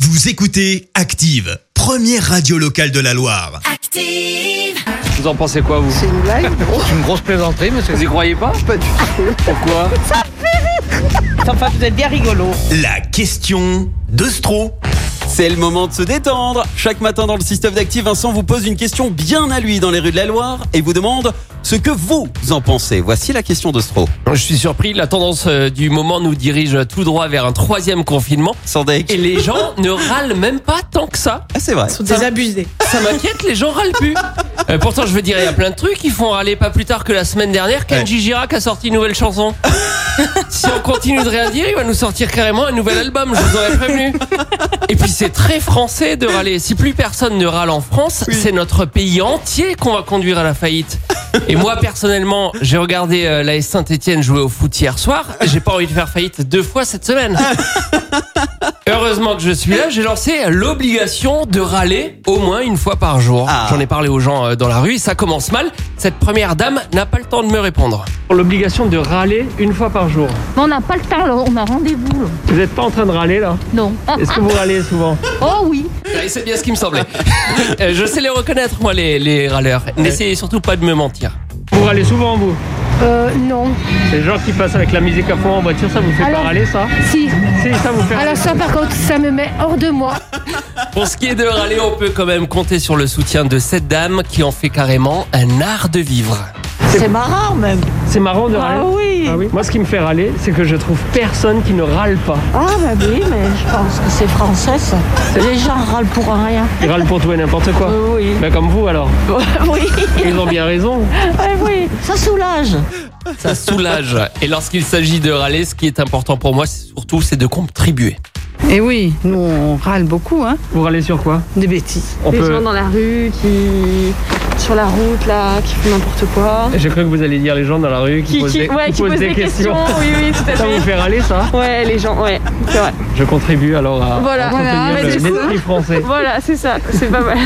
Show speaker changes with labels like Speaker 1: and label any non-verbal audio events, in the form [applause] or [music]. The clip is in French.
Speaker 1: Vous écoutez Active, première radio locale de la Loire.
Speaker 2: Active!
Speaker 3: Vous en pensez quoi, vous
Speaker 4: C'est une blague
Speaker 3: [laughs] C'est une grosse plaisanterie, monsieur. Vous y croyez pas
Speaker 4: Pas du tout.
Speaker 3: Pourquoi
Speaker 4: Enfin, vous êtes bien rigolo.
Speaker 1: La question de Stro.
Speaker 5: C'est le moment de se détendre. Chaque matin dans le système d'Active, Vincent vous pose une question bien à lui dans les rues de la Loire et vous demande ce que vous en pensez. Voici la question de Stro.
Speaker 6: Je suis surpris, la tendance euh, du moment nous dirige tout droit vers un troisième confinement.
Speaker 5: Sandek.
Speaker 6: Et
Speaker 3: [laughs]
Speaker 6: les gens ne râlent même pas tant que ça.
Speaker 5: Ah, c'est vrai.
Speaker 4: Ils sont désabusés.
Speaker 6: Ça m'inquiète, les gens râlent plus. Euh, pourtant, je veux dire, il y a plein de trucs. Ils font râler pas plus tard que la semaine dernière. Kenji Girac a sorti une nouvelle chanson. si on continue de rien dire, il va nous sortir carrément un nouvel album. Je vous aurais prévenu. Et puis, c'est très français de râler. Si plus personne ne râle en France, c'est notre pays entier qu'on va conduire à la faillite. Et moi, personnellement, j'ai regardé euh, la S Saint-Etienne jouer au foot hier soir. J'ai pas envie de faire faillite deux fois cette semaine. Heureusement que je suis là, j'ai lancé l'obligation de râler au moins une fois par jour.
Speaker 5: Ah.
Speaker 6: J'en ai parlé aux gens euh, dans la rue, et ça commence mal. Cette première dame n'a pas le temps de me répondre.
Speaker 3: L'obligation de râler une fois par jour.
Speaker 7: Mais on n'a pas le temps, là. on a rendez-vous. là.
Speaker 3: Vous n'êtes pas en train de râler, là
Speaker 7: Non. Ah,
Speaker 3: Est-ce que vous râlez souvent
Speaker 6: [laughs]
Speaker 7: Oh oui.
Speaker 6: Et c'est bien ce qui me semblait. [laughs] Euh, je sais les reconnaître, moi, les, les râleurs. N'essayez surtout pas de me mentir.
Speaker 3: Vous râlez souvent, vous
Speaker 7: Euh, non.
Speaker 3: Les gens qui passent avec la musique à fond en voiture, ça vous fait
Speaker 7: Alors-
Speaker 3: pas râler, ça
Speaker 7: Si.
Speaker 3: Si, ça vous fait râler.
Speaker 7: Alors ça, par contre, ça me met hors de moi.
Speaker 6: Pour ce qui est de râler, on peut quand même compter sur le soutien de cette dame qui en fait carrément un art de vivre.
Speaker 4: C'est marrant, même.
Speaker 3: C'est marrant de râler
Speaker 4: oui.
Speaker 3: Ah oui. Moi, ce qui me fait râler, c'est que je trouve personne qui ne râle pas.
Speaker 4: Ah, bah oui, mais je pense que c'est français, ça. Les gens râlent pour rien.
Speaker 3: Ils râlent pour tout et n'importe quoi.
Speaker 4: [laughs] Oui.
Speaker 3: Ben, comme vous, alors.
Speaker 4: [laughs] Oui.
Speaker 3: Ils ont bien raison.
Speaker 4: Ah oui. Ça soulage.
Speaker 6: Ça soulage. Et lorsqu'il s'agit de râler, ce qui est important pour moi, c'est surtout, c'est de contribuer.
Speaker 8: Eh oui, nous on râle beaucoup, hein,
Speaker 3: Vous râlez sur quoi
Speaker 8: des bêtises.
Speaker 3: On
Speaker 9: Les gens dans la rue qui. sur la route là, qui font n'importe quoi.
Speaker 3: J'ai cru que vous alliez dire les gens dans la rue qui, posent, des,
Speaker 9: ouais,
Speaker 3: qui
Speaker 9: qui
Speaker 3: posent
Speaker 9: posent
Speaker 3: des questions.
Speaker 9: Oui, oui, tout à
Speaker 3: Ça vous
Speaker 9: fait.
Speaker 3: fait râler, ça
Speaker 9: Ouais, les gens, ouais, c'est vrai.
Speaker 3: Je contribue alors à
Speaker 9: Voilà.
Speaker 3: entretenir
Speaker 9: Voilà,
Speaker 3: le-
Speaker 9: mais du coup-
Speaker 3: l'esprit français.
Speaker 9: Voilà, c'est ça, c'est pas mal.